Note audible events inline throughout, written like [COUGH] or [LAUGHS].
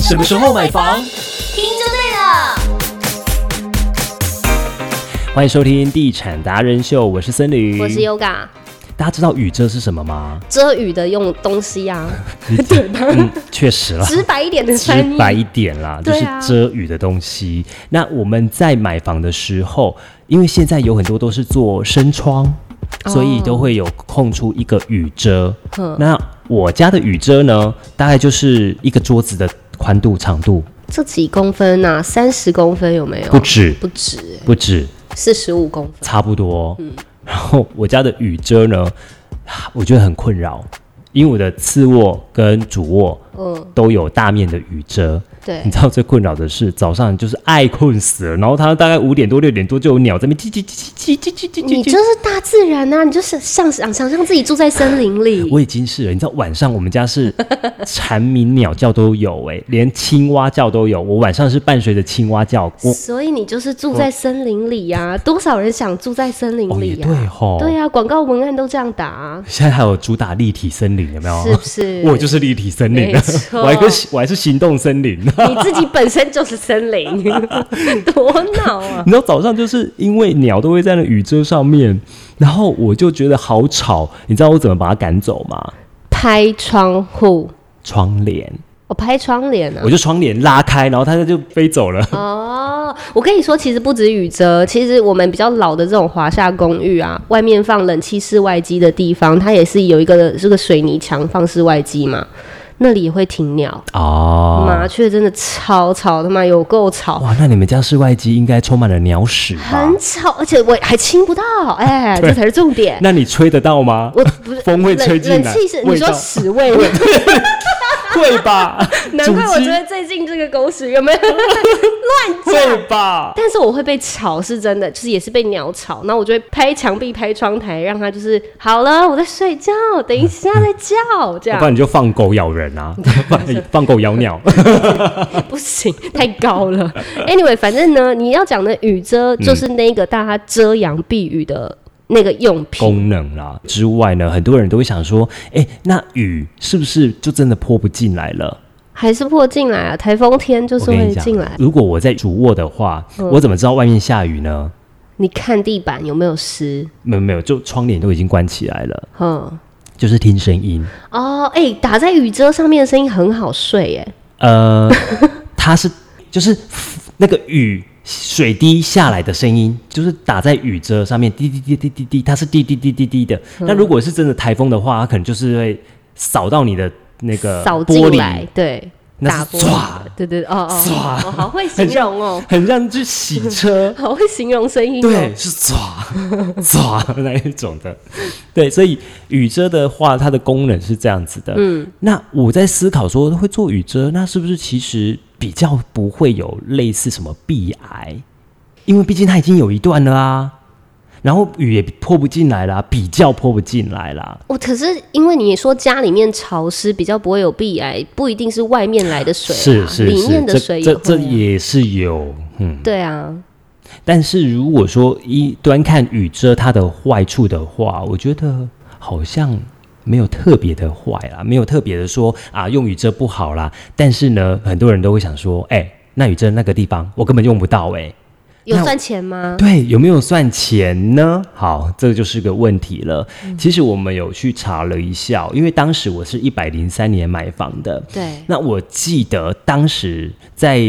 什么时候买房？听就对了。欢迎收听《地产达人秀》，我是森林，我是。Yoga，大家知道雨遮是什么吗？遮雨的用东西啊，嗯，确实啦，直白一点的直翻译。白一点啦，就对是啊遮雨的东西。那我们在买房的时候，因为现在有很多都是做深窗，哦所以都会有空出一个雨遮。嗯那我家的雨遮呢，大概就是一个桌子的宽度、长度这几公分啊？三十公分有没有？不止，不止，不止。四十五公分。差不多。嗯然后我家的雨遮呢，我觉得很困扰，因为我的次卧跟主卧嗯，都有大面的雨遮。对你，知道最困扰的是早上就是爱困死了，然后它大概五点多六点多就有鸟在那边叽叽叽叽叽叽叽叽叽你这是大自然啊，你就是想想想象自己住在森林里。我已经是了，你知道晚上我们家 [LAUGHS] 是蝉鸣鸟叫都有哎、连青蛙叫都有。我晚上是伴随着青蛙叫，我所以你就是住在森林里呀、多少人想住在森林哦也里呀、对吼，对呀、啊广告文案都这样打、啊，现在还有主打立体森林有没有？是不是？哦我就是立体森林没啊，错我还跟我还是行动森林。 [LAUGHS] 啊 [LAUGHS] 你自己本身就是森 [LAUGHS] 林，多恼啊！你知道早上就是因为鸟都会在那雨遮上面，然后我就觉得好吵。你知道我怎么把它赶走吗？拍窗户，窗帘，我拍窗帘啊我。就窗帘拉开，然后它就飞走 [LAUGHS] 了。哦，我跟你说，其实不止雨遮，其实我们比较老的这种华夏公寓啊，外面放冷气室外机的地方，它也是有一个这个水泥墙放室外机嘛，那里也会停鸟，哦，麻雀真的超吵，他妈有够吵。哇，那你们家室外机应该充满了鸟屎吧很？吵，而且我还亲不到，哎、这才是重 [LAUGHS] 点。 [LAUGHS] 那你吹得到 [LAUGHS] 吗？我不是风会吹冷进冷来，气是你味说道屎味， [LAUGHS] 会吧？难怪我主机觉得最近这个狗屎有没有？会吧？但是我会被吵是真的，就是也是被鸟吵，那我就会拍墙壁、拍窗台，让它就是好了，我在睡觉，等一下再叫， [LAUGHS] 这要样 [LAUGHS] 不然你就放狗咬人 [LAUGHS] 啊，放放狗咬鸟。不行，太高了。Anyway，反 [LAUGHS] 正呢，你要讲的雨遮就是那个大家遮阳避雨的那个用品。功哦能啦之外呢，很多人都会想说，哎、那雨是不是就真的泼不进来了？还是破进来啊，台风天就是我跟会你讲啊进来，。嗯如果我在主卧的话，我怎么知道外面下雨呢？你看地板有没有湿？没有没有，就窗帘都已经关起来了，嗯，就是听声音。哦，哎、打在雨遮上面的声音很好睡、哎， [LAUGHS] 呃，它是就是那个雨水滴下来的声音，就是打在雨遮上面滴滴滴滴滴滴，它是滴滴滴滴滴的。嗯那如果是真的台风的话，它可能就是会扫到你的那个扫玻进璃，来，对，那是打玻唰璃，对对，哦哦，唰哦好会形容哦，很像去洗车。好会形容声音、哦，对，是抓抓那一种的，对，所以雨遮的话，它的功能是这样子的。嗯，那我在思考说，会做雨遮，那是不是其实比较不会有类似什么壁癌？因为毕竟它已经有一段了啊，然后雨也泼不进来啦，比较泼不进来啦。我哦可是因为你说家里面潮湿比较不会有壁癌，不一定是外面来的水、啊，是是里面是，的水这这会、这也是有，嗯。对啊，但是如果说一端看雨遮它的坏处的话，我觉得好像没有特别的坏啦，没有特别的说啊用雨遮不好啦。但是呢，很多人都会想说，哎、那雨遮那个地方我根本用不到哎、有那算钱吗？对，有没有算钱呢？好，这就是个问题了。其实我们有去查了一下哦，因为当时我是一百零三年买房的，对，那我记得当时在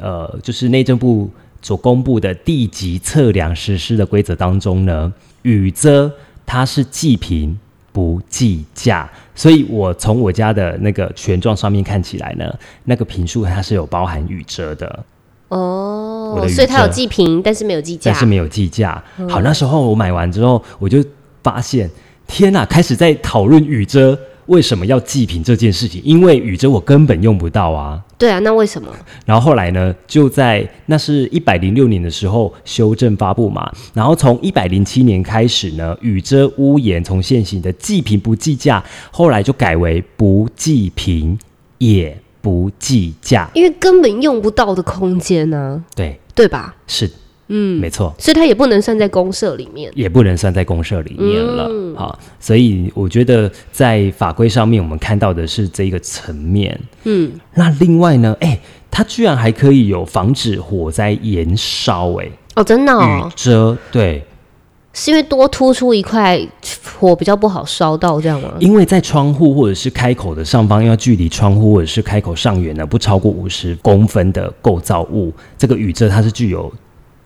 呃，就是内政部所公布的地级测量实施的规则当中呢，雨遮它是计平不计价，所以我从我家的那个权状上面看起来呢，那个平数它是有包含雨遮的，我哦的，雨所以它有遮计平，但是没有计价但，是没有计价。好，那时候我买完之后，我就发现，天呐，开始在讨论雨遮为什么要计平这件事情，因为雨遮我根本用不到啊。对啊，那为什么？然后后来呢，就在那是一百零六年的时候修正发布嘛，然后从一百零七年开始呢，雨遮屋檐从现行的计平不计价，后来就改为不计平也不计价。因为根本用不到的空间呢、啊对，对吧？是嗯，没错，所以它也不能算在公社里面。也不能算在公社里面了。好，所以我觉得在法规上面，我们看到的是这个层面。嗯，那另外呢，哎、它居然还可以有防止火灾延烧、哎、哦，真的哦雨，遮对，是因为多突出一块火比较不好烧到这样吗？因为在窗户或者是开口的上方，要距离窗户或者是开口上缘呢不超过五十公分的构造物，这个雨遮它是具有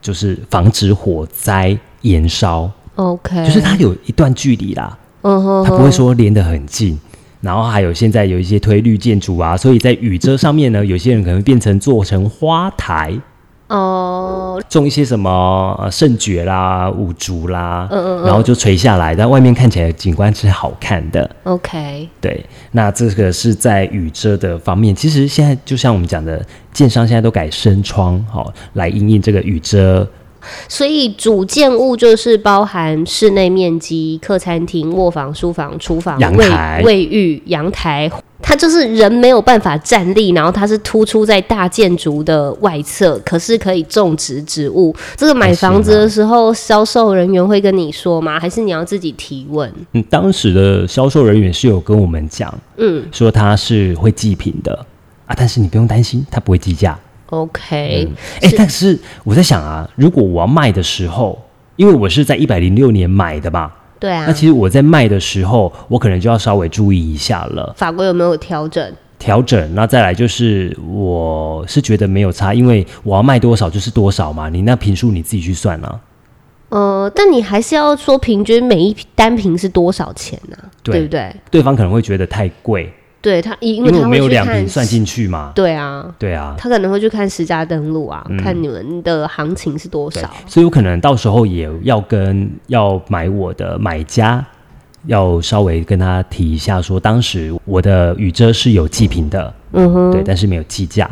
就是防止火灾延烧， OK，就是它有一段距离啦，哎嗯哼，它不会说连得很近。然后还有现在有一些推绿建筑啊，所以在雨遮上面呢，有些人可能变成做成花台，哦，种一些什么呃圣蕨啦、五竹啦，嗯然后就垂下来，但外面看起来景观是好看的。 OK，对，那这个是在雨遮的方面。其实现在就像我们讲的，建商现在都改深窗，好、来应应这个雨遮。所以主建物就是包含室内面积、客餐厅、卧房、书房、厨房、阳卫台卫浴、阳台。它就是人没有办法站立，然后它是突出在大建筑的外侧，可是可以种植植物。这个买房子的时候，销售人员会跟你说吗？还是你要自己提问？嗯，当时的销售人员是有跟我们讲，嗯说他是会祭品的啊，但是你不用担心，他不会计价。 ，OK，哎、但是我在想啊，如果我要卖的时候，因为我是在一百零六年买的嘛，对啊那，其实我在卖的时候，我可能就要稍微注意一下了。法规有没有调整？调整，那再来就是，我是觉得没有差，因为我要卖多少就是多少嘛，你那平数你自己去算啊啦、呃，但你还是要说平均每一单瓶是多少钱呢、对不对？对方可能会觉得太贵，对他，因因为为他我没会有去两看瓶算进去嘛。对啊，对啊，他可能会去看实价登录嗯啊，看你们的行情是多少。所以我可能到时候也要跟要买我的买家，要稍微跟他提一下说当时我的雨遮是有祭品的，嗯哼，对，但是没有计价。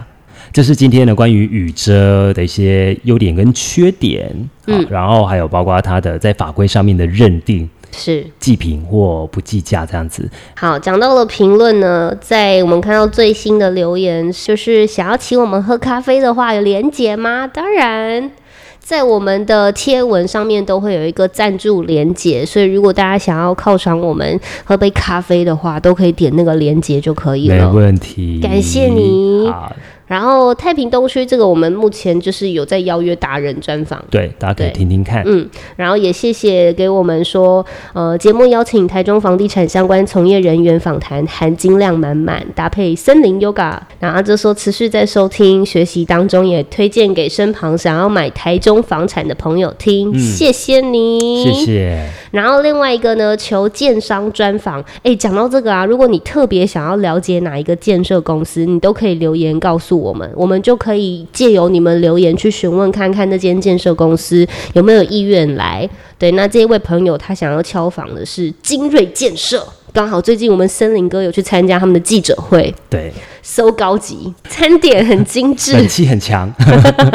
这是今天呢关于雨遮的一些优点跟缺点，嗯，然后还有包括它的在法规上面的认定。是。祭品或不计价这样子。好，讲到了评论呢，在我们看到最新的留言，就是想要请我们喝咖啡的话，有连结吗？当然。在我们的贴文上面都会有一个赞助连结，所以如果大家想要犒赏我们喝杯咖啡的话，都可以点那个连结就可以没了。问题，感谢你好，然后太平东区这个，我们目前就是有在邀约达人专访，对，大家可以对听听看。嗯，然后也谢谢给我们说，呃，节目邀请台中房地产相关从业人员访谈，含金量满满，搭配森林 yoga。然后就说持续在收听学习当中，也推荐给身旁想要买台中房产的朋友听，谢谢你，嗯谢谢，然后另外一个呢，求建商专访。哎，讲到这个啊，如果你特别想要了解哪一个建设公司，你都可以留言告诉我们，我们就可以借由你们留言去询问看看那间建设公司有没有意愿来。对，那这一位朋友他想要敲访的是精锐建设，刚好最近我们森林哥有去参加他们的记者会，对， so 高级，餐点很精致，人气很强，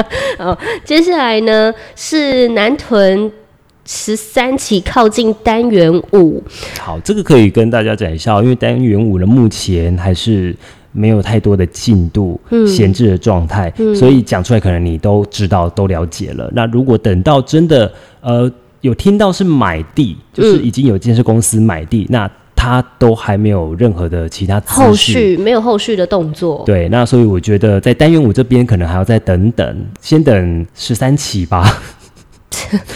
[LAUGHS] 接下来呢是南屯十三期靠近单元五，好，这个可以跟大家讲一下哦，因为单元五呢，目前还是没有太多的进度，嗯闲置的状态，所以讲出来可能你都知道、都了解了。那如果等到真的呃有听到是买地，就是嗯已经有建设公司买地，那他都还没有任何的其他资讯后续没有后续的动作。对，那所以我觉得在单元五这边可能还要再等等，先等十三期吧。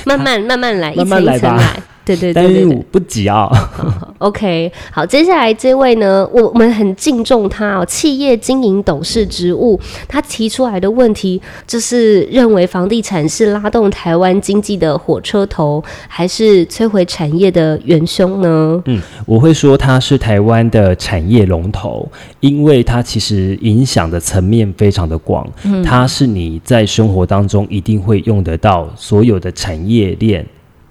慢慢慢慢来，一慢慢层一来层吧来。[LAUGHS] 对对对单对元对五不急啊、 [LAUGHS] ，OK，好，接下来这位呢，我我们很敬重他哦，企业经营董事职务，他提出来的问题就是认为房地产是拉动台湾经济的火车头，还是摧毁产业的元凶呢？嗯，我会说它是台湾的产业龙头，因为它其实影响的层面非常的广，嗯它是你在生活当中一定会用得到所有的产业链。嗯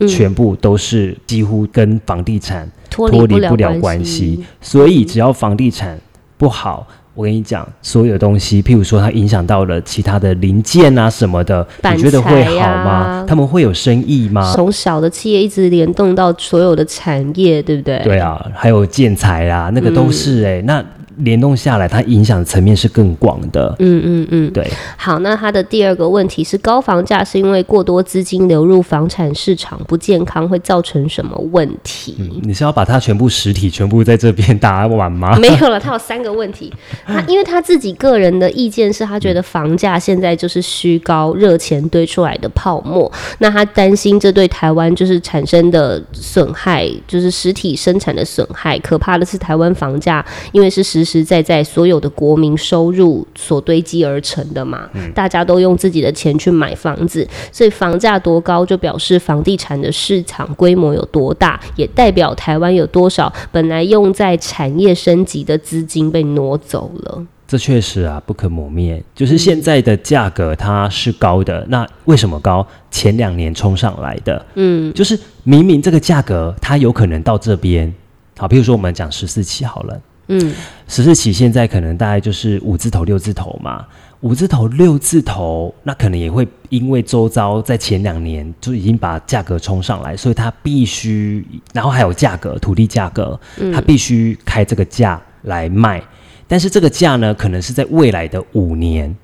全部都是几乎跟房地产脱脱不离不了关关嗯系，所以只要房地产不好，我跟你讲，所有东西，譬如说它影响到了其他的零件啊什么的，板你觉得会材好呀吗？他们会有生意吗？从小的企业一直联动到所有的产业，对不对？啊嗯对啊，还有建材啦，那个都是哎、那联动下来，它影响的层面是更广的。嗯嗯嗯，对，好，那它的第二个问题是，高房价是因为过多资金流入房产市场不健康，会造成什么问题？你是要把它全部实体全部在这边打完吗？ [LAUGHS] 没有了，他有三个问题。他因为他自己个人的意见是，他觉得房价现在就是虚高、热钱堆出来的泡沫。那他担心这对台湾就是产生的损害，就是实体生产的损害。可怕的是，台湾房价因为是实实在在所有的国民收入所堆积而成的嘛，大家都用自己的钱去买房子，所以房价多高就表示房地产的市场规模有多大，也代表台湾有多少本来用在产业升级的资金被挪走了。这确实啊，不可磨灭。就是现在的价格它是高的，那为什么高？前两年冲上来的，嗯，就是明明这个价格它有可能到这边，好，比如说我们讲十四期好了，嗯，十四期现在可能大概就是五字头、六字头嘛，五字头、六字头，那可能也会因为周遭在前两年就已经把价格冲上来，所以它必须，然后还有价格、土地价格，它必须开这个价来卖。但是这个价呢，可能是在未来的五年，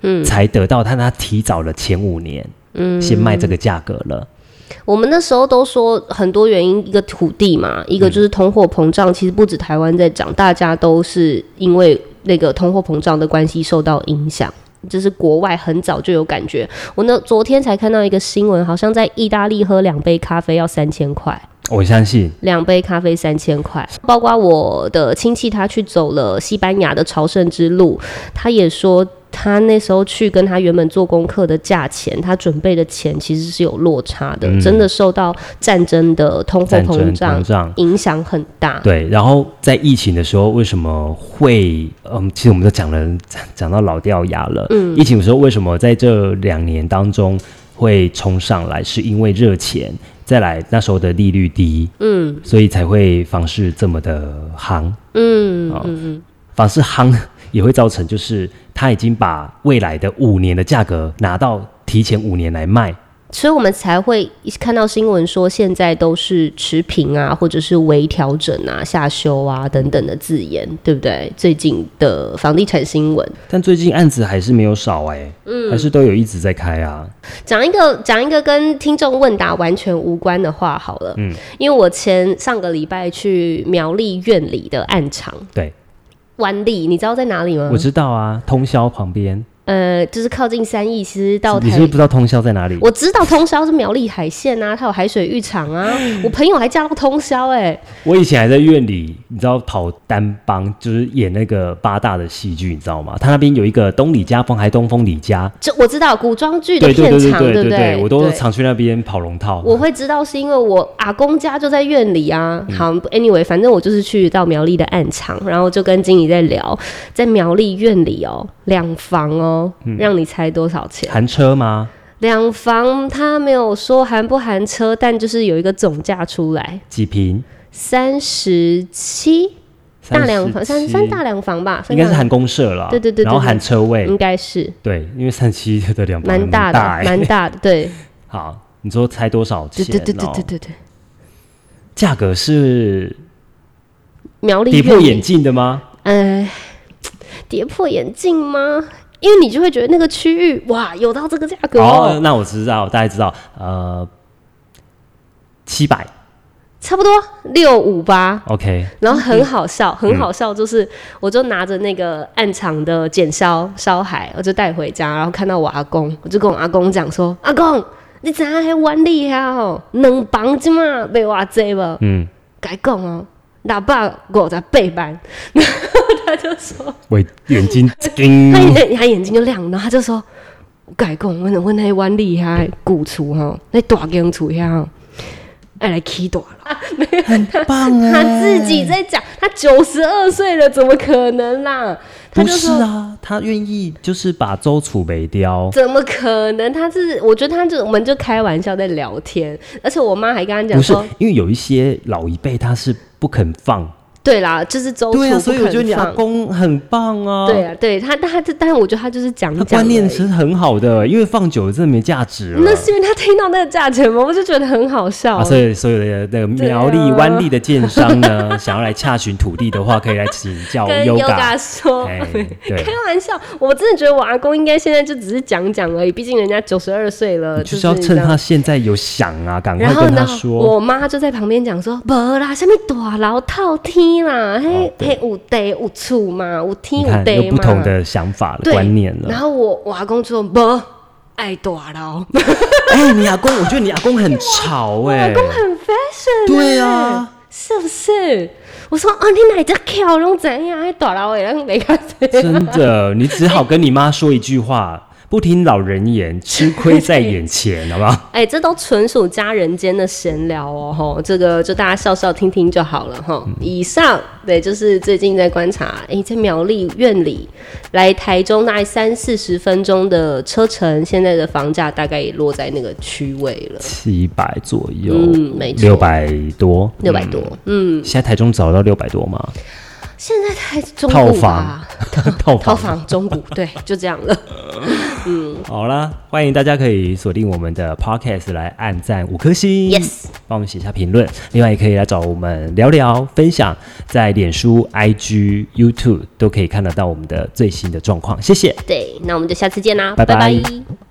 嗯，才得到，但它提早了前五年，嗯，先卖这个价格了。我们那时候都说很多原因，一个土地嘛，一个就是通货膨胀。其实不止台湾在涨，大家都是因为那个通货膨胀的关系受到影响。就是国外很早就有感觉，我那昨天才看到一个新闻，好像在意大利喝两杯咖啡要三千块。我相信，两杯咖啡三千块，包括我的亲戚，他去走了西班牙的朝圣之路，他也说他那时候去跟他原本做功课的价钱，他准备的钱其实是有落差的，嗯真的受到战争的通货战膨争胀膨胀，影响很大。对，然后在疫情的时候，为什么会嗯？其实我们都讲了，讲讲到老掉牙了。嗯，疫情的时候，为什么在这两年当中会冲上来？是因为热钱，再来那时候的利率低，嗯，所以才会房市这么的夯。嗯、嗯嗯，房市夯也会造成，就是他已经把未来的五年的价格拿到提前五年来卖。所以我们才会看到新闻说现在都是持平啊，或者是微调整啊、下修啊等等的字眼，对不对？最近的房地产新闻。但最近案子还是没有少哎、嗯，还是都有一直在开啊。讲一个讲一个跟听众问答完全无关的话好了，嗯，因为我前上个礼拜去苗栗院里的暗场对，湾里，你知道在哪里吗我？知道啊，通宵旁边。呃，就是靠近三义，其实到你是台不是不知道通宵在哪里？我知道通宵是苗栗海线啊，它有海水浴场啊，我朋友还嫁到通宵哎、我以前还在院里，你知道跑单帮，就是演那个八大的戏剧，你知道吗？他那边有一个东里家风，还东风里家，这我知道古装剧的对对片对对场，对不对对，我都对常去那边跑龙套。我会知道是因为我阿公家就在院里啊。嗯好，anyway，反正我就是去到苗栗的暗场，然后就跟经理在聊，在苗栗院里哦，两房哦，嗯让你猜多少钱？含车吗？两房他没有说含不含车，但就是有一个总价出来，几平？三十七大两房，三三37大两房吧，应该是三大含公社啦。对对对对然后含车位，应该是对，因为三七的两房蛮大大的，欸蛮大的，对，好，你说猜多少钱对哦？对对对对 [LAUGHS] 对对，价格是苗栗跌破院里眼镜的吗？呃，跌破眼镜吗？因为你就会觉得那个区域哇，有到这个价格哦，哦，那我知道，大家知道，呃，七百差不多六五八。 ，OK。然后很好笑，很好笑，就是我就拿着那个暗场的剪烧烧海，我就带回家，然后看到我阿公，我就跟我阿公讲说：“阿公，你怎样还玩厉害哦？两房子嘛，卖偌济无？嗯，该讲哦，六百五十八万。”然后他就说：“我眼睛他叮，眼他眼睛就亮，然后他就说：“我改讲，我阮迄湾里遐旧厝吼，那大间厝遐吼，爱来起大啊了。棒他自己在讲，他九十二岁了，怎么可能啦？他不就是说。啊，他愿意就是把周楚北雕，怎么可能？他是，我觉得他就我们就开玩笑在聊天，而且我妈还跟他不讲是说，因为有一些老一辈他是不肯放，对啦，就是周对啊，处所以不我觉得肯你阿放。公很棒啊。对啊，对他，但他这，但是我觉得他就是讲他讲而观已。念是很好的，因为放久了真的没价值了。那是因为他听到那个价钱吗？我就觉得很好笑。啊，所以所有的那个对啊苗栗、湾栗的建商呢，想要来洽询土地的话，可以来请教跟 Yoga。说，哎，对开，玩笑，我真的觉得我阿公应该现在就只是讲讲而已，毕竟人家九十二岁了，你就是是要趁这样他现在有想啊，赶快然后跟他呢，说。我妈就在旁边讲说：“无啦，什么大楼套天啦，嘿哦对嘿有地有厝嘛，有天你有看，地有嘛。”不同的想法了、对观念了然。后我我阿公就说：“无爱大 [LAUGHS] 楼，哎、你阿公，我觉得你阿公很潮哎、很 fashion、欸。”对啊，是不是？我说啊，你哪只巧拢怎样？爱大楼的人没看谁。真的，你只好跟你妈说一句话，不听老人言，吃亏在眼前，好不好？哎、这都纯属家人间的闲聊哦，吼，这个就大家笑笑听听就好了，吼。嗯以上对，就是最近在观察，哎、在苗栗院里来台中大概三四十分钟的车程，现在的房价大概也落在那个区位了，七百左右，嗯没错六百多，六百多。嗯嗯。现在台中找到六百多吗？现在台中套古房吧，， [LAUGHS] 套套房。房中古，对，就这样了。好啦，欢迎大家可以锁定我们的 podcast 来按赞五颗星 Yes 帮我们写下评论。另外也可以来找我们聊聊分享，在脸书、IG、YouTube 都可以看得到我们的最新的状况。谢谢。对，那我们就下次见啦，拜拜拜拜